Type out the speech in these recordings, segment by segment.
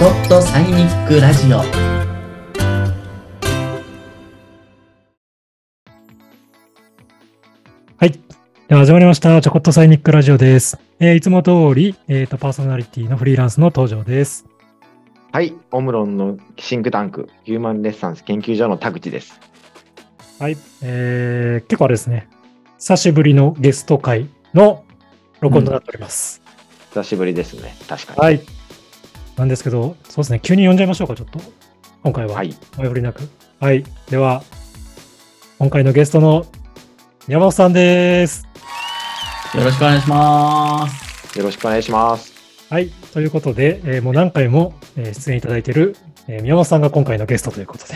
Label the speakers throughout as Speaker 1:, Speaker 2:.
Speaker 1: ゴッドサイニックラジオ
Speaker 2: はい。では始まりました。ちょこっとサイニックラジオです。えーいつも通り、えーと、パーソナリティのフリーランスの登場です。
Speaker 3: はい、オムロンのシンクタンク、ヒューマンレッサンス研究所の田口です。
Speaker 2: はい。えー結構あれですね。久しぶりのゲスト会の録音となっております。
Speaker 3: 久しぶりですね、確かに。
Speaker 2: はい。なんですけど、そうですね。急に呼んじゃいましょうか、ちょっと。今回は。
Speaker 3: はい、
Speaker 2: 前振りなく。はい。では、今回のゲストの山本さんです。
Speaker 1: よろしくお願いします
Speaker 3: よろしくお願いします。
Speaker 2: はい。ということで、えーもう何回もえー出演いただいている、えー宮本さんが今回のゲストということで。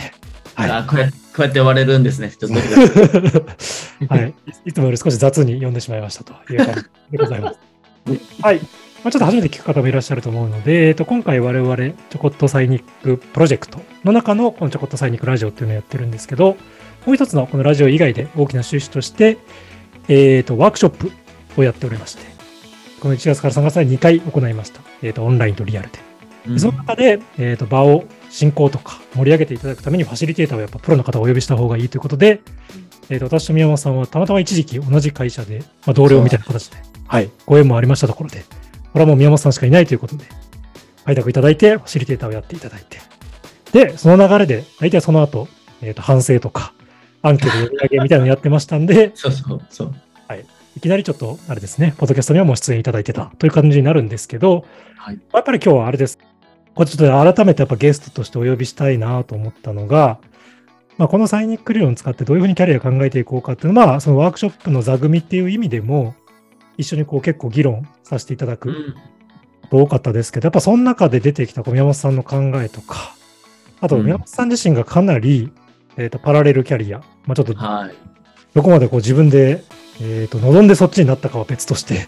Speaker 2: はい
Speaker 1: あこうやこうやって呼ばれるんですねちょっとドキドキ
Speaker 2: はい、いいつもより少し雑に読んでしまいましたという感じでございます。 はい、まあ、ちょっと初めて聞く方もいらっしゃると思うので、えっと、今回我々ちょこっとサイニックプロジェクトの中のこのちょこっとサイニックラジオっていうのをやってるんですけど、もう一つのこのラジオ以外で大きな趣旨として、えっとワークショップをやっておりまして、この1月から3月まで2回行いました。えっとオンラインとリアルで。
Speaker 1: うん
Speaker 2: その中で、えー、と場を進行とか盛り上げていただくためにファシリテーターをやっぱプロの方をお呼びした方がいいということで、えー、と私と宮本さんはたまたま一時期同じ会社で、まあ、同僚みたいな形で、はい、ご縁もありましたところでこれはもう宮本さんしかいないということで開拓いただいてファシリテーターをやっていただいてでその流れで大体その後、えー、と反省とかアンケート読み上げみたいなのやってましたんで
Speaker 1: そうそうそう
Speaker 2: いきなりちょっと、あれですね、ポッドキャストにはもう出演いただいてたという感じになるんですけど、
Speaker 1: はい
Speaker 2: やっぱり今日はあれです。これちょっと改めてやっぱゲストとしてお呼びしたいなと思ったのが、まあ、このサイニック理論を使ってどういうふうにキャリアを考えていこうかっていうのは、まあ、そのワークショップの座組っていう意味でも、一緒にこう結構議論させていただ
Speaker 1: う
Speaker 2: く
Speaker 1: ん
Speaker 2: こと多かったですけど、やっぱその中で出てきたこう宮本さんの考えとか、あと
Speaker 1: うん
Speaker 2: 宮本さん自身がかなり、えーとパラレルキャリア、まあ、ちょっと
Speaker 1: はい
Speaker 2: どこまでこう自分で、えー、と望んでそっちになったかは別として。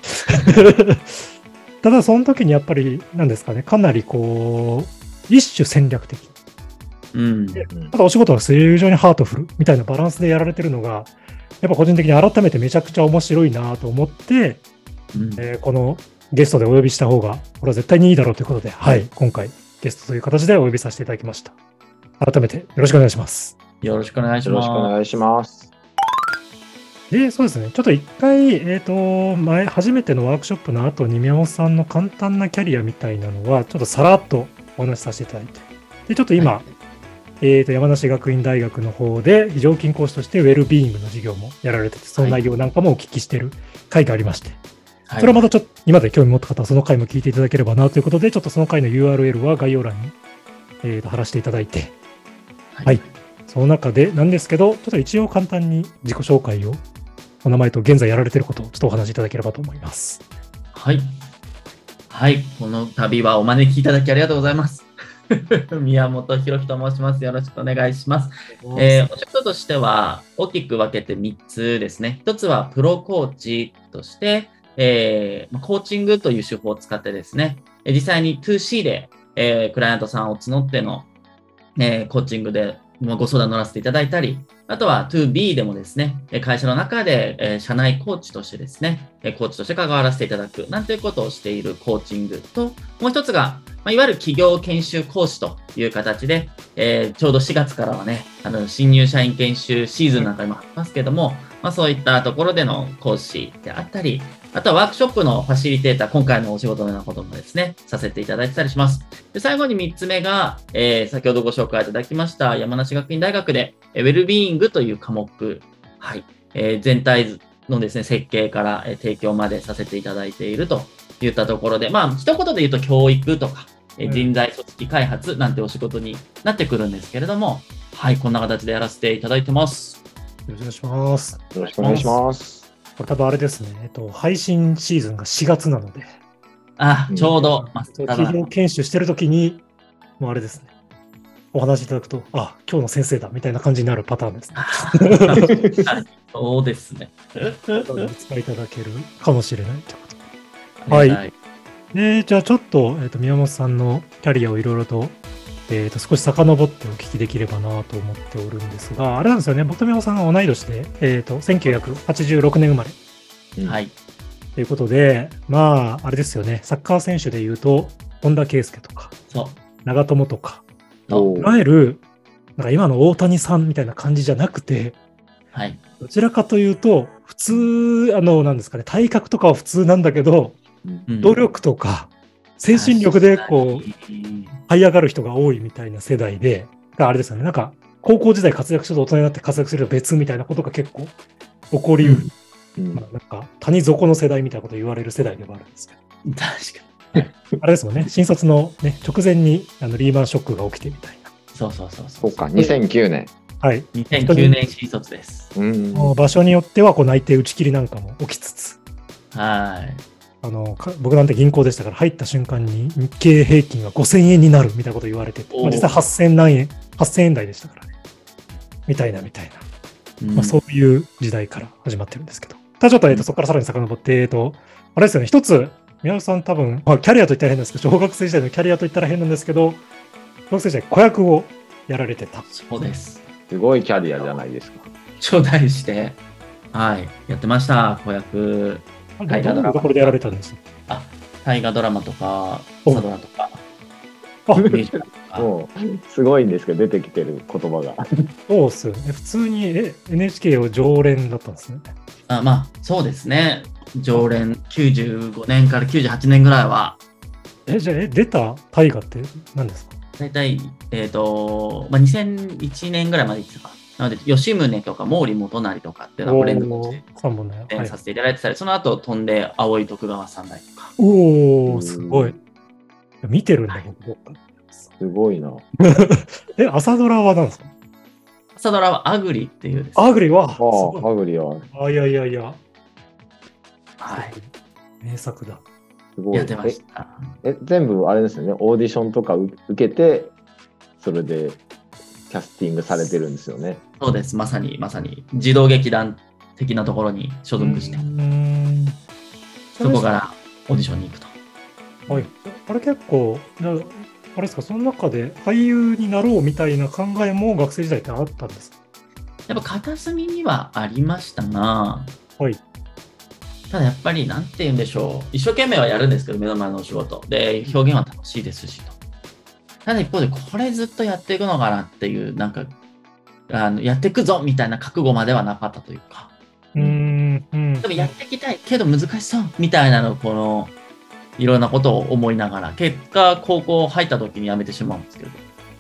Speaker 2: ただその時にやっぱり何ですかねかなりこう一種戦略的
Speaker 1: うん
Speaker 3: うん
Speaker 2: ただお仕事は非常にハートフルみたいなバランスでやられてるのがやっぱ個人的に改めてめちゃくちゃ面白いなと思って、
Speaker 1: うん
Speaker 2: えーこのゲストでお呼びした方がこれは絶対にいいだろうということで、はい、今回ゲストという形でお呼びさせていただきました改めてよろしくお願いします
Speaker 1: よろしくお願いし
Speaker 3: よろしくお
Speaker 1: ま
Speaker 3: 願いします。
Speaker 2: で、そうですね。ちょっと一回、えっ、と、前、初めてのワークショップの後に宮本さんの簡単なキャリアみたいなのは、ちょっとさらっとお話しさせていただいて。で、ちょっと今、えっと、山梨学院大学の方で、非常勤講師としてウェルビーイングの授業もやられてて、その内容なんかもお聞きしてる回がありまして、
Speaker 1: す
Speaker 2: それはまたちょっと、今まで興味持った方はその回も聞いていただければなということで、ちょっとその回の URL は概要欄に、えーと、貼らせていただいて、
Speaker 1: は
Speaker 2: はいその中でなんですけど、ちょっと一応簡単に自己紹介を、お名前と現在やられてることをちょっとお話しいただければと思います。
Speaker 1: はい。はい。この度はお招きいただきありがとうございます。 宮本博樹と申します。よろしくお願いします。えーお仕事としては大きく分けて3つですね。1つはプロコーチとして、えーまあコーチングという手法を使ってですね、えー実際に 2C で、えークライアントさんを募っての、えーコーチングでまあご相談乗らせていただいたり、あとは 2B でもですね、えー会社の中で、えー社内コーチとしてですね、えーコーチとして関わらせていただくなんていうことをしているコーチングと、もう一つが、まあ、いわゆる企業研修講師という形で、えーちょうど4月からはね、あの新入社員研修シーズンなんかにもありますけども、まあ、そういったところでの講師であったり、あとはワークショップのファシリテーター、今回のお仕事のようなこともですね、させていただいてたりします。で最後に3つ目が、えー先ほどご紹介いただきました山梨学院大学で、えーウェルビーイングという科目、はいえー全体のですね設計から、えー提供までさせていただいているといったところで、まあ、一言で言うと教育とか、えー
Speaker 2: うん
Speaker 1: 人材組織開発なんてお仕事になってくるんですけれども、はい、こんな形でやらせていただいてます。
Speaker 2: ろしくお願いします。
Speaker 3: よろしくお願いします。。
Speaker 2: これ多分あれですね、えっと、配信シーズンが4月なので、
Speaker 1: あ、ちょうど、まあ
Speaker 2: えっと企業研修してるときに、もうあれですね、お話しいただくと、あ、今日の先生だみたいな感じになるパターンですね。
Speaker 1: そうですね。
Speaker 2: お使いいただけるかもしれないということはい
Speaker 1: はい。
Speaker 2: で、じゃあちょっと、えっと、宮本さんのキャリアをいろいろと、えっと、少し遡ってお聞きできればなと思っておるんですが、あれなんですよね、僕と宮本さんが同い年で、えっと、1986年生まれ
Speaker 1: はいい。
Speaker 2: ということで、まあ、あれですよね、サッカー選手で言うと、本田圭佑とか、
Speaker 1: そう。
Speaker 2: 長友とか、
Speaker 3: お
Speaker 2: い
Speaker 3: ー
Speaker 2: わゆる、なんか今の大谷さんみたいな感じじゃなくて、
Speaker 1: はい。
Speaker 2: どちらかというと、普通、あの、なんですかね、体格とかは普通なんだけど、
Speaker 1: うん
Speaker 2: 努力とか、精神力で、こう、
Speaker 1: 確かに
Speaker 2: 這い上がる人が多いみたいな世代で、だからあれですよね、なんか、高校時代活躍して大人になって活躍すると別みたいなことが結構起こりうる、
Speaker 3: うん
Speaker 2: まあなんか、谷底の世代みたいなこと言われる世代ではあるんですけど、
Speaker 1: 確か
Speaker 2: あれですもんね、新卒の、ね、直前にあのリーマンショックが起きてみたいな。
Speaker 1: に。そうそうそうそ
Speaker 3: そううか、2009年。
Speaker 2: はい。
Speaker 1: 2009年新卒です。
Speaker 3: うん。
Speaker 2: もう場所によっては、こう内定打ち切りなんかも起きつつ、
Speaker 1: はい。
Speaker 2: あのか僕なんて銀行でしたから、入った瞬間に日経平均が5000円になるみたいなこと言われてて、ま
Speaker 1: お
Speaker 2: あ、
Speaker 1: う
Speaker 2: 実際8000何円、8000円台でしたからね。みたいな、みたいな。
Speaker 1: うん
Speaker 2: まあ、そういう時代から始まってるんですけど。ただちょっと、えっと、そこからさらに遡って、えっと、あれですよね、一つ、宮本さん多分、まあ、キャリアと言ったら変なんですけど、小学生時代のキャリアと言ったら変なんですけど、小学生時代、子役をやられてた。
Speaker 1: そうです。
Speaker 3: すごいキャリアじゃないですか。
Speaker 1: 頂戴して、はい、やってました、子役。
Speaker 2: はいどういうところでやられたんですか
Speaker 1: 大河ドラマとか、
Speaker 2: お
Speaker 1: 朝ドラとか、
Speaker 2: あ
Speaker 1: ミュージカルとか。
Speaker 3: もう、すごいんですけど、出てきてる言葉が。
Speaker 2: そうっすよね。普通にえ NHK を常連だったんですね。
Speaker 1: あまあ、そうですね。常連、95年から98年ぐらいは、
Speaker 2: え、じゃあ、え出た大河って何ですか
Speaker 1: 大体、えっ、と、まあ、2001年ぐらいまで行ってたかな。なので、吉宗とか毛利元就とかっていうのは連続で
Speaker 2: 3本ね。
Speaker 1: 出
Speaker 2: は
Speaker 1: 演
Speaker 2: い
Speaker 1: さ、せていただいてたり、その後飛んで、青い徳川三代とか。
Speaker 2: おおすごい。見てるんだ、
Speaker 1: はい
Speaker 2: 僕。
Speaker 3: すごいな。
Speaker 2: え、朝ドラは何ですか
Speaker 1: 朝ドラはアグリっていうです、
Speaker 2: アグリは、す
Speaker 3: ああ、
Speaker 2: ご
Speaker 3: ハグリは、
Speaker 2: い。あ、いやいやいや。
Speaker 1: はい、
Speaker 2: 名作だ。
Speaker 3: すごい。
Speaker 1: やってました。
Speaker 3: ええ全部あれですよね、オーディションとか受受けて、それでキャスティングされてるんですよね。
Speaker 1: そうです、まさに、まさに、児童劇団的なところに所属して
Speaker 2: う、ーん
Speaker 1: そこからオーディションに行くと。
Speaker 2: はい。あれ結構、なあれですか、その中で俳優になろうみたいな考えも学生時代ってあったんですか
Speaker 1: やっぱ片隅にはありましたが、
Speaker 2: はい
Speaker 1: ただやっぱり、なんて言うんでしょう、一生懸命はやるんですけど、目の前のお仕事。で、表現は楽しいですしと。ただ一方で、これずっとやっていくのかなっていう、なんか、あのやっていくぞみたいな覚悟まではなかったというか、
Speaker 2: うーん。うん
Speaker 1: でもやっていきたいけど難しそうみたいなの、この、いろんなことを思いながら、結果、高校入った時に辞めてしまうんですけど、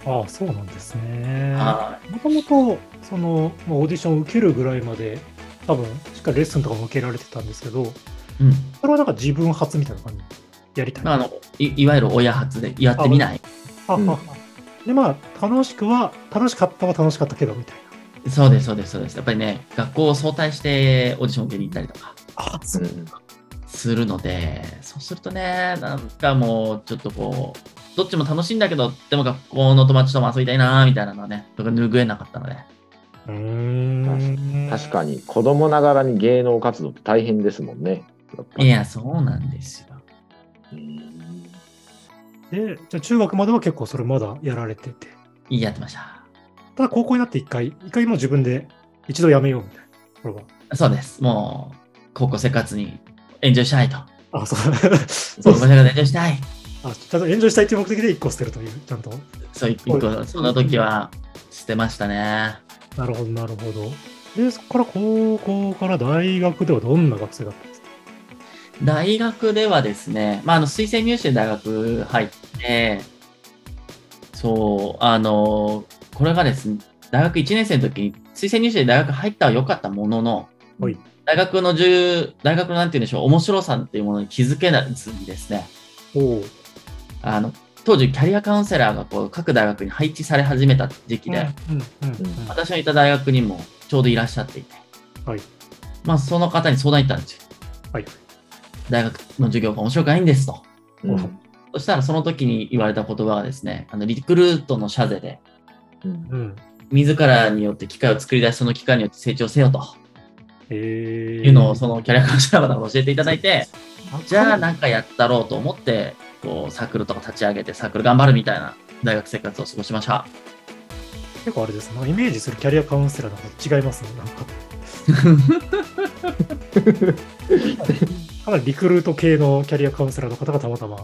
Speaker 2: ああ、そうなんですね。
Speaker 1: は
Speaker 2: もともと、その、まあオーディションを受けるぐらいまで、多分、しっかりレッスンとかも受けられてたんですけど、
Speaker 1: い。うん
Speaker 2: それはなんか自分初みたいな感じやりたい。
Speaker 1: あのいいわゆる親発でやってみない。
Speaker 2: は
Speaker 3: うん
Speaker 2: ははで、まあ、楽しくは、楽しかったは楽しかったけど、みたいな。
Speaker 1: そうです、そうです、そうです。やっぱりね、学校を早退してオーディション受けに行ったりとか
Speaker 2: あ、
Speaker 3: う
Speaker 2: そ
Speaker 3: ん
Speaker 2: う。
Speaker 1: するので、そうするとね、なんかもうちょっとこう、どっちも楽しいんだけど、でも学校の友達とも遊びたいなみたいなのはね、僕は拭えなかったので。
Speaker 2: うーん。
Speaker 3: 確かに、子供ながらに芸能活動って大変ですもんね。やっぱり
Speaker 1: いや、そうなんですよ。
Speaker 3: うん
Speaker 2: で、じゃあ中学までは結構それまだやられてて。
Speaker 1: いいやってました。
Speaker 2: ただ高校になって一回、一回もう自分で一度やめようみたいな。これは。
Speaker 1: そうです。もう、高校生活にエンジョイしたいと。
Speaker 2: あ、そう。
Speaker 1: 高
Speaker 2: そう
Speaker 1: 校生活エンジョイしたい。
Speaker 2: あ、ちゃんと炎上したいという目的で一個捨てるという、ちゃんと。
Speaker 1: そう、一個、その時は捨てましたね。
Speaker 2: なるほど、なるほど。で、そこから高校から大学ではどんな学生だったんですか
Speaker 1: 大学ではですね、まあ、あの推薦入試で大学入って、そう、あの、これがですね、大学1年生の時に推薦入試で大学入ったは良かったものの、
Speaker 2: はい
Speaker 1: 大学の重、大学のなんて言うんでしょう、面白さっていうものに気づけずにですね、
Speaker 2: おう
Speaker 1: あの、当時キャリアカウンセラーがこう各大学に配置され始めた時期で、
Speaker 2: うんうんうんうん
Speaker 1: 私のいた大学にもちょうどいらっしゃっていて、
Speaker 2: はい
Speaker 1: まあ、その方に相談行ったんですよ。
Speaker 2: はい
Speaker 1: 大学の授業が面白くないんですと。
Speaker 3: うん
Speaker 1: そしたらその時に言われた言葉がですね、あのリクルートの社税で、
Speaker 3: うん
Speaker 2: うん。
Speaker 1: 自らによって機械を作り出し、その機械によって成長せよと
Speaker 2: え
Speaker 1: いうのを、そのキャリアカウンセラーの方が教えていただいて、じゃあなんかやったろうと思って、こうサークルとか立ち上げて、サークル頑張るみたいな大学生活を過ごしました。
Speaker 2: 結構あれですね、イメージするキャリアカウンセラーの方違いますね、なんか。 かなりリクルート系のキャリアカウンセラーの方がたまたま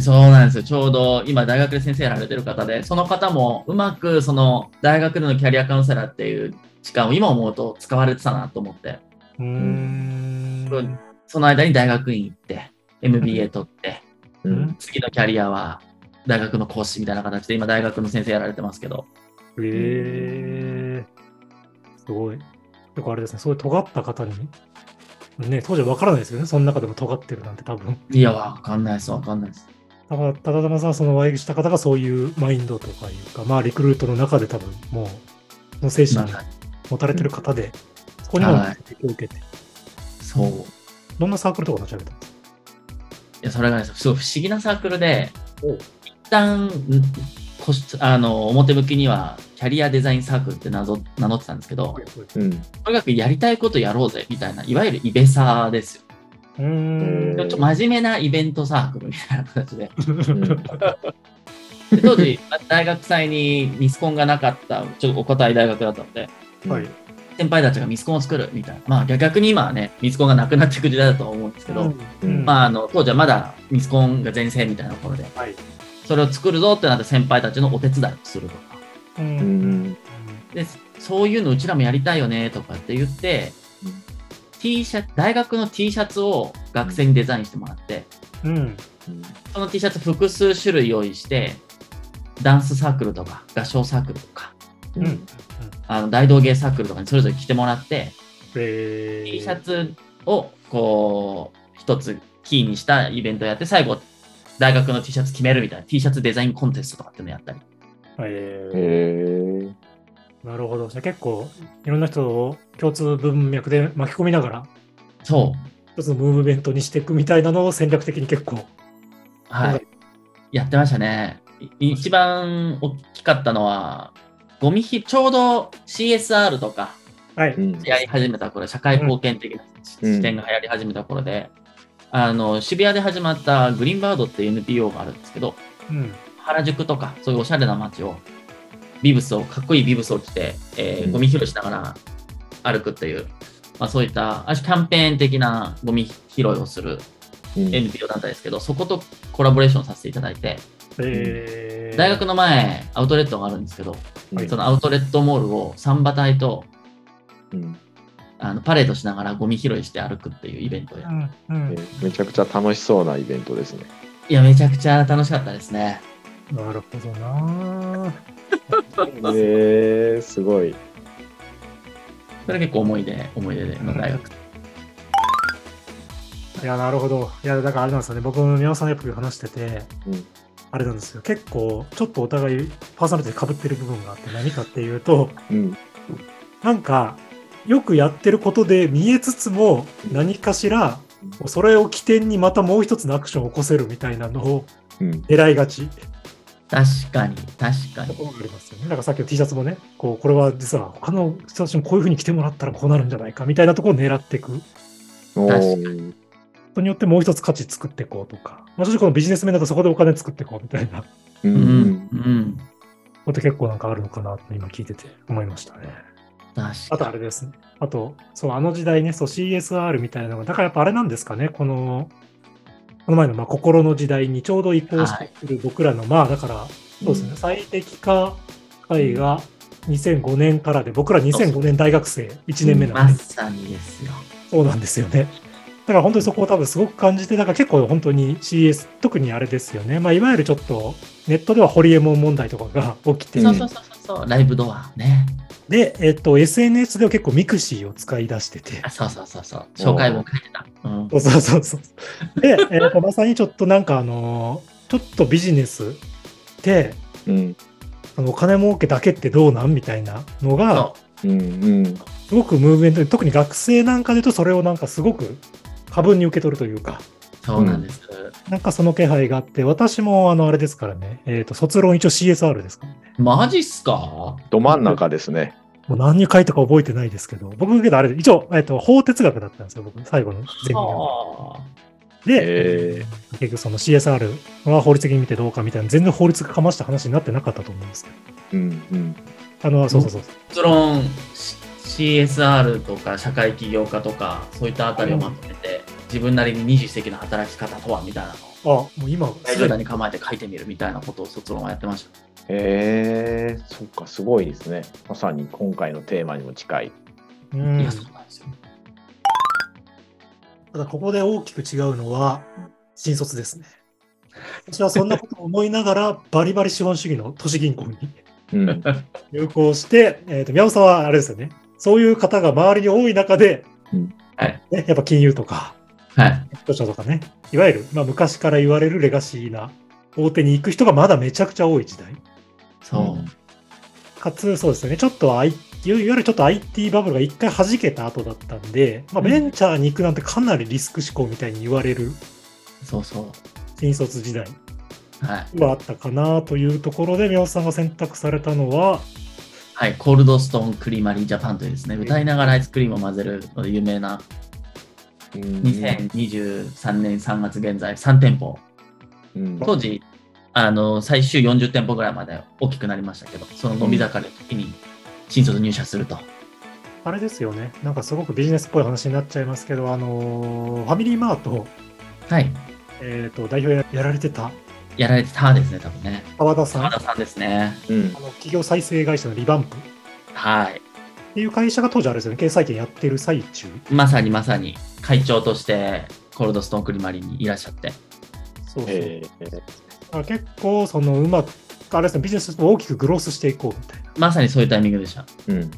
Speaker 1: そうなんですよ。ちょうど今大学で先生やられてる方で、その方もうまくその大学でのキャリアカウンセラーっていう時間を今思うと使われてたなと思って、
Speaker 2: うーん。
Speaker 1: その間に大学院行って、MBA 取って、
Speaker 3: う
Speaker 2: うん
Speaker 3: ん。
Speaker 1: 次のキャリアは大学の講師みたいな形で今大学の先生やられてますけど、
Speaker 2: ええすごい。よくあれですね、そういう尖った方に、ね、当時は分からないですよね、その中でも尖ってるなんて多分。
Speaker 1: いや、わかんないです、わかんないです。
Speaker 2: ただただたまさん、そのお会いした方がそういうマインドとかいうか、まあ、リクルートの中で多分、もう、その精神に
Speaker 1: まあ
Speaker 2: 持たれてる方で、そこにも
Speaker 1: はい
Speaker 2: 影響を受けて、
Speaker 1: そう。い
Speaker 2: どんなサークルとか立ち上げたんですか
Speaker 1: や、それがね、すごい不思議なサークルで、
Speaker 2: お
Speaker 1: 一旦、んこしあの、表向きにはキャリアデザインサークルって名ぞ名乗ってたんですけど、
Speaker 3: うん。
Speaker 1: とにかくやりたいことやろうぜみたいな、いわゆるイベサーですよ。
Speaker 2: うーん。
Speaker 1: ちょっと真面目なイベントサークルみたいな形で。
Speaker 3: うん
Speaker 1: で当時、大学祭にミスコンがなかった、ちょっとお堅い大学だったので、
Speaker 2: はい。
Speaker 1: 先輩たちがミスコンを作るみたいな。まあ逆に今はね、ミスコンがなくなっていく時代だと思うんですけど、
Speaker 3: うん
Speaker 1: まああの、当時はまだミスコンが全盛みたいなところで、
Speaker 2: あ、はい。
Speaker 1: それを作るぞってなって先輩たちのお手伝いをするとか。
Speaker 2: う。
Speaker 3: うんん。
Speaker 1: で、そういうのうちらもやりたいよねとかって言って、
Speaker 3: うん
Speaker 1: T シャツ、大学の T シャツを学生にデザインしてもらって、
Speaker 2: うん。
Speaker 1: その T シャツ複数種類用意して、ダンスサークルとか、合唱サークルとか、
Speaker 3: うん。
Speaker 2: うん。
Speaker 1: あの大道芸サークルとかにそれぞれ着てもらって、
Speaker 2: え
Speaker 1: T シャツをこう、一つキーにしたイベントやって、最後、大学の T シャツ決めるみたいな、T シャツデザインコンテストとかっていうのやったり。
Speaker 2: えー
Speaker 3: へえ。
Speaker 2: なるほど。じゃあ結構いろんな人を共通文脈で巻き込みながら、
Speaker 1: そう。
Speaker 2: 一つのムーブメントにしていくみたいなのを戦略的に結構。
Speaker 1: は
Speaker 2: はい
Speaker 1: い。やってましたね。い一番大きかったのは、ゴミひ、ちょうど CSR とか、
Speaker 2: はい。
Speaker 3: うん
Speaker 1: やり始めた頃、社会貢献的な
Speaker 3: うん
Speaker 1: 視点が流行り始めた頃で、あの渋谷で始まったグリーンバードっていう NPO があるんですけど、
Speaker 2: うん。
Speaker 1: 原宿とか、そういうおしゃれな街を、ビブスを、かっこいいビブスを着て、えー
Speaker 3: うん
Speaker 1: ゴミ拾いしながら歩くっていう、まあ、そういった、ある種キャンペーン的なゴミ拾いをする
Speaker 3: うん。
Speaker 1: NPO 団体ですけど、そことコラボレーションさせていただいて、
Speaker 2: えー、
Speaker 1: 大学の前、アウトレットがあるんですけど、
Speaker 3: うん
Speaker 1: そのアウトレットモールをサンバ隊と
Speaker 3: うん
Speaker 1: あのパレードしながらゴミ拾いして歩くっていうイベントで
Speaker 2: うん。うん
Speaker 3: えめちゃくちゃ楽しそうなイベントですね。
Speaker 1: いや、めちゃくちゃ楽しかったですね。
Speaker 2: なるほどな。
Speaker 3: へえ、すごい。
Speaker 1: それ結構思い出、思い出での大学。
Speaker 2: いや、なるほど。いや、だからあれなんですよね。僕も宮尾さんやっぱり話してて、
Speaker 3: うん
Speaker 2: あれなんですよ。結構、ちょっとお互いパーソナリティ被ってる部分があって、何かっていうと、
Speaker 3: うん。
Speaker 2: なんか、よくやってることで見えつつも、何かしら、それを起点にまたもう一つのアクションを起こせるみたいなのを
Speaker 3: うん。
Speaker 2: 狙いがち
Speaker 1: 確かに、確か
Speaker 2: と
Speaker 1: に。
Speaker 2: ころがありますよね。だからさっきの T シャツもね、こうこれは実は他の人たちもこういうふうに着てもらったらこうなるんじゃないかみたいなところを狙っていく。
Speaker 3: お
Speaker 1: 確
Speaker 3: ー
Speaker 2: 人によってもう一つ価値作っていこうとか、まあ、正直このビジネス面だとそこでお金作っていこうみたいな
Speaker 3: う
Speaker 1: うんん。。うん。
Speaker 2: こと結構なんかあるのかなと今聞いてて思いましたね。あ
Speaker 1: 確
Speaker 2: とあ
Speaker 1: か
Speaker 2: れですね。あと、そう、あの時代ね、そう CSR みたいなのが、だからやっぱあれなんですかね、この、この前のまあ心の時代にちょうど移行してくる僕らの、まあだから、そうですね、最適化会が2005年からで、僕ら2005年大学生1年目
Speaker 1: に。
Speaker 2: なん
Speaker 1: ま
Speaker 2: で、
Speaker 1: さにですよ。
Speaker 2: そうなんですよね。だから本当にそこを多分すごく感じて、だから結構本当に CS、特にあれですよね、まあ、いわゆるちょっとネットではホリエモン問題とかが起きて、
Speaker 3: うん
Speaker 1: そうそうそうそう、ライブドアね。
Speaker 2: で、えっと、SNS では結構ミクシーを使い出してて
Speaker 1: あ、、そうそうそうそう。紹介文書いてた。うん。
Speaker 2: そうそうそうそう。で、えっとまさにちょっとなんかあのちょっとビジネスって、
Speaker 3: うん。
Speaker 2: あのお金儲けだけってどうなんみたいなのが、
Speaker 1: そ
Speaker 3: うん。うん。
Speaker 2: すごくムーブメントで、特に学生なんかで言うと、それをなんかすごく過分に受け取るというか、
Speaker 1: う、そうなんです。
Speaker 2: なんかその気配があって、私もあの、あれですからね、えっ、と、卒論一応 CSR ですからね。
Speaker 1: マジっすか
Speaker 3: ど真ん中ですね。
Speaker 2: もう何に書いたか覚えてないですけど、僕けどあれ、一応、えっ、と、法哲学だったんですよ、僕、最後のゼミが。
Speaker 1: はあ。
Speaker 2: で、
Speaker 3: へ
Speaker 2: 結局その CSR は法律的に見てどうかみたいな、全然法律がかました話になってなかったと思うんですけど。
Speaker 3: え。うん。うん。
Speaker 2: あの、そうそうそう。
Speaker 1: 結論、し CSR とか社会起業家とか、そういったあたりをまとめて、自分なりに二十世紀の働き方とはみたいなのを
Speaker 2: あ、もう今、
Speaker 1: 10代に構えて書いてみるみたいなことを卒論はやってました。
Speaker 3: へえそっかすごいですねまさに今回のテーマにも近い
Speaker 2: うん
Speaker 1: いや、そうなんですよ。
Speaker 2: ただここで大きく違うのは、新卒です ね。私はそんなことを思いながら、バリバリ資本主義の都市銀行に
Speaker 3: うん
Speaker 2: 入行して、えー、と宮尾さんはあれですよね、そういう方が周りに多い中で、
Speaker 3: うん
Speaker 1: はい
Speaker 2: ね、やっぱ金融とか、
Speaker 1: はい。
Speaker 2: 著書とかね、いわゆる、まあ、昔から言われるレガシーな大手に行く人がまだめちゃくちゃ多い時代。
Speaker 1: そう。
Speaker 2: かつ、そうですよね、ちょっと I いわゆるちょっと IT バブルが一回弾けた後だったんで、まあ、ベンチャーに行くなんてかなりリスク思考みたいに言われる
Speaker 1: そうそ
Speaker 2: 新卒時代
Speaker 1: う。はい。
Speaker 2: はあったかなというところで、宮本さんが選択されたのは、
Speaker 1: はい。コールドストーンクリーマリージャパンというですね、
Speaker 2: うん
Speaker 1: 歌いながらアイスクリームを混ぜるので有名な2023年3月現在3店舗。
Speaker 3: うん
Speaker 1: 当時、あの、最終40店舗ぐらいまで大きくなりましたけど、その伸び盛りの時に新卒入社すると。
Speaker 2: あれですよね、なんかすごくビジネスっぽい話になっちゃいますけど、あのーファミリーマート、
Speaker 1: はい。
Speaker 2: えー、と代表ややられてた
Speaker 1: やられてたですね、多分ね。
Speaker 2: 川田さん、
Speaker 1: 澤
Speaker 2: あ
Speaker 1: 田さんですね。
Speaker 3: うん
Speaker 2: の企業再生会社のリバンプっ
Speaker 1: はい。
Speaker 2: ていう会社が当時あれですよね、経済圏やってる最中。
Speaker 1: まさにまさに会長としてコールドストーンクリーマリーにいらっしゃって。
Speaker 2: そうそう
Speaker 3: へ
Speaker 2: あ結構そのうまくあれですねビジネスを大きくグロースしていこうみたいな
Speaker 1: まさにそういうタイミングでした。
Speaker 3: えうん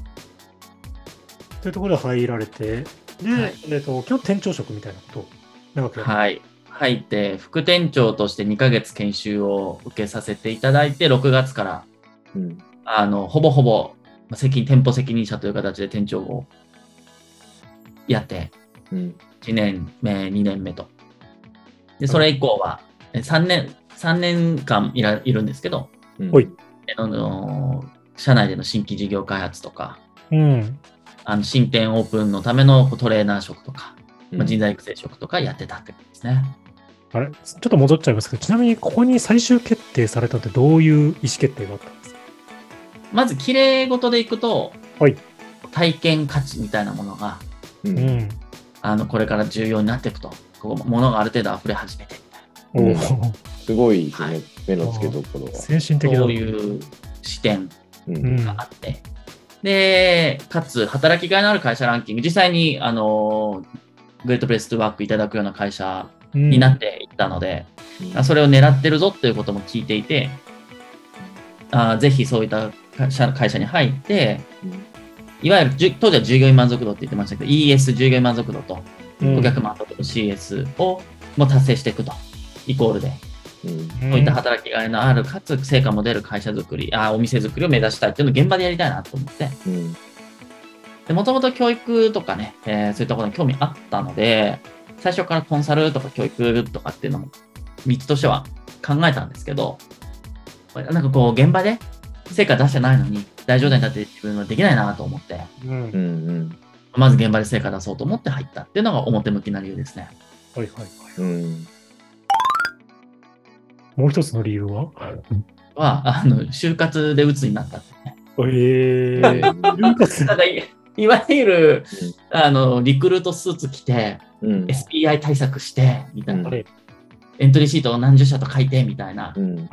Speaker 2: というところで入られてで、
Speaker 1: はい
Speaker 2: えっと今日店長職みたいなことを長くやっ
Speaker 1: はい。入って、副店長として2ヶ月研修を受けさせていただいて、6月から、
Speaker 3: うん
Speaker 1: あの、ほぼほぼ、まあ責任、店舗責任者という形で店長をやって、
Speaker 3: うん
Speaker 1: 1年目、2年目と。で、それ以降は、3年、3年間いらいるんですけど、
Speaker 3: うん
Speaker 2: ほい
Speaker 1: あの、社内での新規事業開発とか、
Speaker 2: うん
Speaker 1: あの新店オープンのためのトレーナー職とか、
Speaker 3: うん
Speaker 1: まあ、人材育成職とかやってたってことですね。
Speaker 2: あれちょっと戻っちゃいますけどちなみにここに最終決定されたってどういう意思決定があったんですか
Speaker 1: まず、きれいごとでいくと、
Speaker 2: はい
Speaker 1: 体験価値みたいなものが、
Speaker 3: うん
Speaker 2: うん
Speaker 1: あのこれから重要になっていくと、こうものがある程度溢れ始めてみたい
Speaker 2: お
Speaker 3: うん
Speaker 2: ー
Speaker 3: すごいです
Speaker 1: は
Speaker 3: ね
Speaker 1: い
Speaker 3: 目の付けどころが
Speaker 2: 精神的
Speaker 1: な、
Speaker 2: な
Speaker 1: そういう視点
Speaker 3: う
Speaker 2: うんん
Speaker 1: があって、で、かつ、働きがいのある会社ランキング、実際に、あのグレートプレイストゥワークいただくような会社
Speaker 2: うん
Speaker 1: になっていったので、
Speaker 3: うん
Speaker 1: あそれを狙ってるぞっていうことも聞いていて、あーぜひそういった会社会社に入って、いわゆるじゅ当時は従業員満足度って言ってましたけど、ES 従業員満足度と
Speaker 2: うん
Speaker 1: 顧客満足度 CS をもう達成していくと、イコールで、
Speaker 3: うん
Speaker 2: うん
Speaker 1: そういった働きがいのある、かつ成果も出る会社づくり、あーお店づくりを目指したいっていうのを現場でやりたいなと思って、
Speaker 3: うん
Speaker 1: もともと教育とかね、えーそういったことに興味あったので、最初からコンサルとか教育とかっていうのも、道としては考えたんですけど、なんかこう、現場で成果出してないのに、大状態に立って自分はできないなと思って、
Speaker 2: うん
Speaker 3: うんうん
Speaker 1: まず現場で成果出そうと思って入ったっていうのが表向きな理由ですね。
Speaker 2: はいはいはい
Speaker 3: うん
Speaker 2: もう一つの理由は
Speaker 1: は、あの、就活で鬱になったってね。
Speaker 2: え
Speaker 3: え
Speaker 2: ー、
Speaker 3: ー
Speaker 1: ただ、いいわゆる、あの、リクルートスーツ着て、
Speaker 3: うん
Speaker 1: SPI 対策して、みたいな
Speaker 2: あ。れ
Speaker 1: エントリーシートを何十社と書いて、みたいな
Speaker 3: う。ん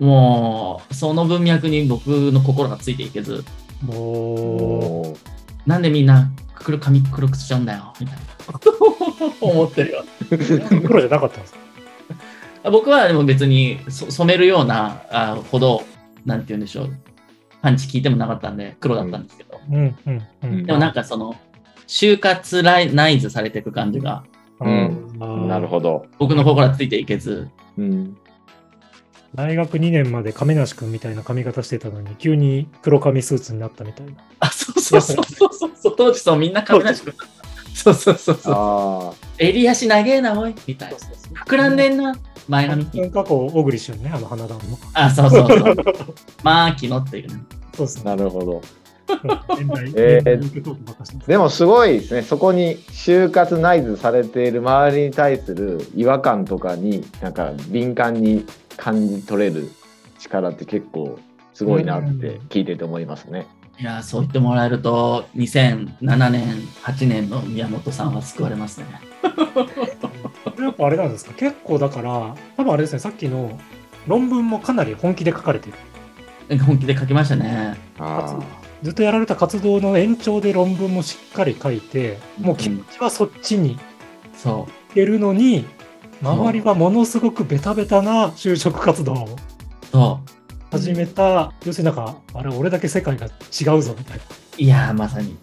Speaker 1: もう、その文脈に僕の心がついていけず、
Speaker 2: もう
Speaker 3: おー
Speaker 1: なんでみんな黒髪黒くしちゃうんだよ、みたいなことを 思ってるよ。
Speaker 2: 黒じゃなかったんですか
Speaker 1: 僕はでも別にそ染めるようなあほど、なんて言うんでしょう、パンチ効いてもなかったんで、黒だったんですけど、
Speaker 2: うんうんうん
Speaker 1: でもなんかその、就活ライナイズされていく感じが、
Speaker 2: うん
Speaker 3: なるほど
Speaker 1: 僕の方からついていけず、
Speaker 3: うん
Speaker 2: 大学2年まで亀梨君みたいな髪型してたのに、急に黒髪スーツになったみたいな。
Speaker 1: あ、そうそうそうそうそうそう、当時そう、みんな髪なしくなった。そうそうそうそう、
Speaker 3: ああ
Speaker 1: 襟足長えな、おい、みたいな。膨らんでんな、前髪。
Speaker 2: 過去、小栗旬ね、あの花壇の。
Speaker 1: あ、そうそうそう。まあ、昨日っていうね。
Speaker 2: そうですね。
Speaker 3: なるほど
Speaker 2: 年代、
Speaker 3: えー
Speaker 2: 年代のトークばっかしてます
Speaker 3: でもすごいですね、そこに就活内図されている周りに対する違和感とかに、なんか敏感に感じ取れる力って結構すごいなって聞いてて思いますね。
Speaker 1: いやー、そう言ってもらえると、2007年、8年の宮本さんは救われますね。
Speaker 2: これやっぱあれなんですか結構だから、多分あれですね、さっきの論文もかなり本気で書かれてる。
Speaker 1: 本気で書きましたね。
Speaker 3: あ
Speaker 2: ずっとやられた活動の延長で論文もしっかり書いて、もう気持ちはそっちに
Speaker 1: そ
Speaker 2: 行けるのに、周りはものすごくベタベタな就職活動を
Speaker 1: う、そ。
Speaker 2: 始めた、要するになんか、あれ、俺だけ世界が違うぞみたいう
Speaker 1: いやー、まさに。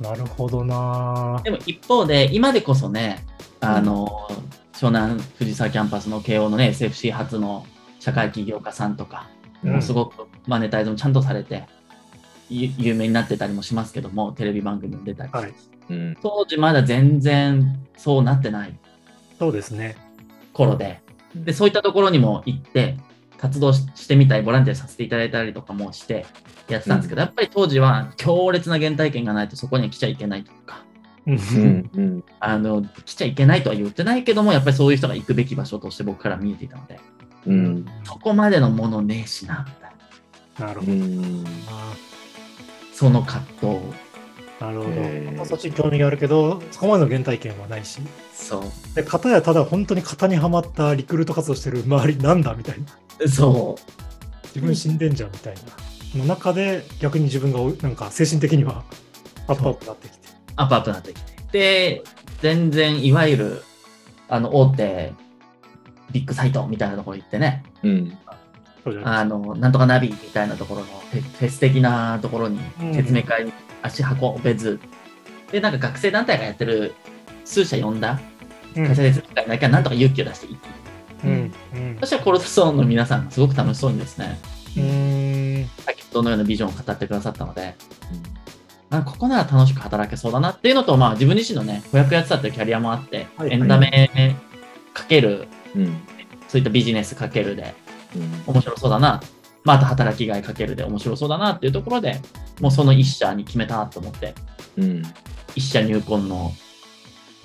Speaker 2: な。なるほどな
Speaker 1: でも一方で、今でこそね、あの、湘南藤沢キャンパスの慶応のね、SFC 初の社会起業家さんとか、
Speaker 2: うん
Speaker 1: もうすごくマネタイズもちゃんとされて、ゆ有名になってたりもしますけども、テレビ番組も出たり、
Speaker 2: はい
Speaker 3: うん
Speaker 1: 当時まだ全然そうなってない
Speaker 2: そうですね。
Speaker 1: 頃で、で、そういったところにも行って、活動ししてみたり、ボランティアさせていただいたりとかもしてやってたんですけど、やっぱり当時は強烈な原体験がないとそこには来ちゃいけないとか、
Speaker 2: うん
Speaker 3: うんうん
Speaker 1: あの、来ちゃいけないとは言ってないけども、やっぱりそういう人が行くべき場所として僕から見えていたので、
Speaker 3: うん
Speaker 1: そこまでのものねえしな、みたいな、
Speaker 2: なるほ
Speaker 3: う
Speaker 2: ど
Speaker 3: ん
Speaker 2: な。
Speaker 1: その葛藤を
Speaker 2: なるほど。
Speaker 3: えー
Speaker 2: まあそっちに興味があるけど、そこまでの原体験はないし。
Speaker 1: そう
Speaker 2: で、片やただ本当に型にはまったリクルート活動してる周りなんだみたいな。、
Speaker 1: そ
Speaker 2: 自分死んでんじゃんみたいな。の中で逆に自分がおなんか精神的にはアップアップになってきて。
Speaker 1: う、アップアップなってきて。で、全然、いわゆる、あの、大手、ビッグサイトみたいなところ行ってね、
Speaker 3: うん
Speaker 2: そうじゃない
Speaker 1: あの、なんとかナビみたいなところの、フェフェス的なところに
Speaker 2: うん
Speaker 1: 説明会に足運べず、で、なんか学生団体がやってる、数社呼んだ
Speaker 2: で
Speaker 1: 会社
Speaker 2: すか。
Speaker 1: で説明会なんかなんとか勇気を出して行って
Speaker 2: うん。うん。
Speaker 1: そしてコルトソンの皆さん、すごく楽しそうにですね、
Speaker 2: うん。うん
Speaker 1: 先ほどのようなビジョンを語ってくださったので、あここなら楽しく働けそうだなっていうのと、まあ、自分自身のね、子役やってたというキャリアもあって、
Speaker 2: はい
Speaker 1: エンタメかける、
Speaker 3: うん
Speaker 1: そういったビジネスかけるで
Speaker 3: うん
Speaker 1: 面白そうだな、まあ、あと働きがいかけるで面白そうだなっていうところでもうその一社に決めたと思って、
Speaker 3: うん
Speaker 1: 一社入魂の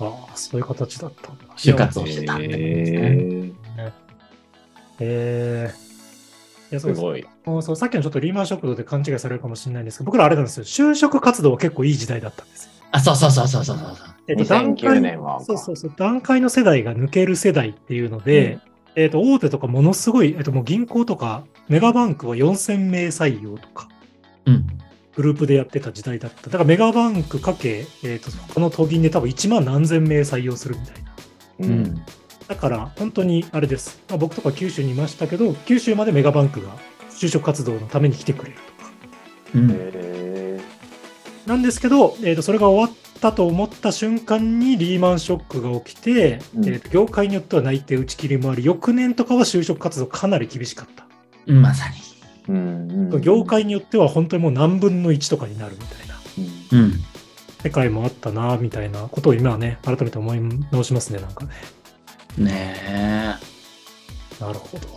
Speaker 2: ああ、そういう形だったんだ。
Speaker 1: 就活をしてたってことですね。
Speaker 3: へ
Speaker 2: えーいやそ
Speaker 3: ー
Speaker 2: う
Speaker 3: す
Speaker 2: です
Speaker 3: ごい
Speaker 2: もうそうさっきのちょっとリーマンショックとで勘違いされるかもしれないんですけど、僕らあれなんですよ、就職活動は結構いい時代だったんですよ。
Speaker 1: あ、そうそうそうそうそうそう。
Speaker 2: えっと段階
Speaker 3: 2009年は
Speaker 2: そうそうそう、段階の世代が抜ける世代っていうので、
Speaker 3: うん
Speaker 2: えっと大手とかものすごい、えっともう銀行とか、メガバンクは4000名採用とか、
Speaker 1: うん。
Speaker 2: グループでやってた時代だった。だからメガバンクかけ、えっと他の都銀で多分1万何千名採用するみたいな。
Speaker 3: うん
Speaker 2: だから本当にあれです、まあ、僕とか九州にいましたけど、九州までメガバンクが就職活動のために来てくれるとか。
Speaker 1: うん。
Speaker 3: へ
Speaker 2: なんですけど、えー、とそれが終わったと思った瞬間にリーマンショックが起きて、
Speaker 3: うん
Speaker 2: えーと業界によっては内定打ち切りもあり、翌年とかは就職活動かなり厳しかった。
Speaker 1: うんまさに。
Speaker 3: ーうんうん
Speaker 2: 業界によっては本当にもう何分の1とかになるみたいな
Speaker 3: うん
Speaker 1: うん。
Speaker 2: 世界もあったな、みたいなことを今はね、改めて思い直しますね、なんかね。
Speaker 1: ね
Speaker 2: なるほど。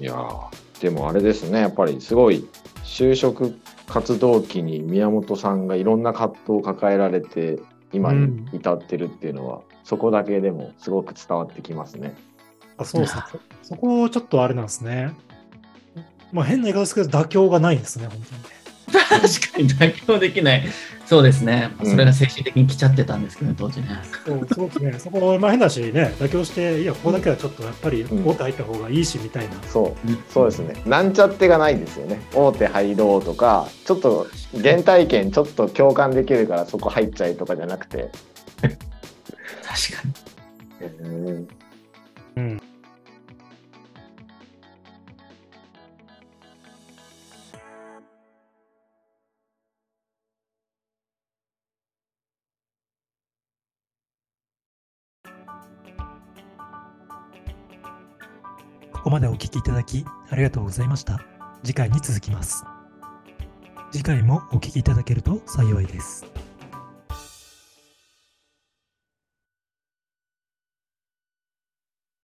Speaker 3: いやーでもあれですねやっぱりすごい就職活動期に宮本さんがいろんな葛藤を抱えられて今に至ってるっていうのは、そこだけでもすごく伝わってきますね。
Speaker 2: あそうですね。そそこちょっとあれなんですね。まあ変な言い方ですけど、妥協がないんですね、本当にね。
Speaker 1: え。確かに 妥協できない。そうですね。
Speaker 3: うん
Speaker 1: それが精神的に来ちゃってたんですけどね、当時ね。
Speaker 2: そうすごく ね、そこ、まあ、変だしね、妥協して、いや、ここだけはちょっとやっぱり、
Speaker 3: うん
Speaker 2: 大手入った方がいいしみたいな、
Speaker 3: そう
Speaker 1: うん
Speaker 3: そうです。ね、なんちゃってがないんですよね大手入ろうとかちょっと原体験ちょっと共感できるからそこ入っちゃいとかじゃなくて、
Speaker 1: 確かに。
Speaker 2: うん、ここまでお聞きいただきありがとうございました。次回に続きます。次回もお聞きいただけると幸いです。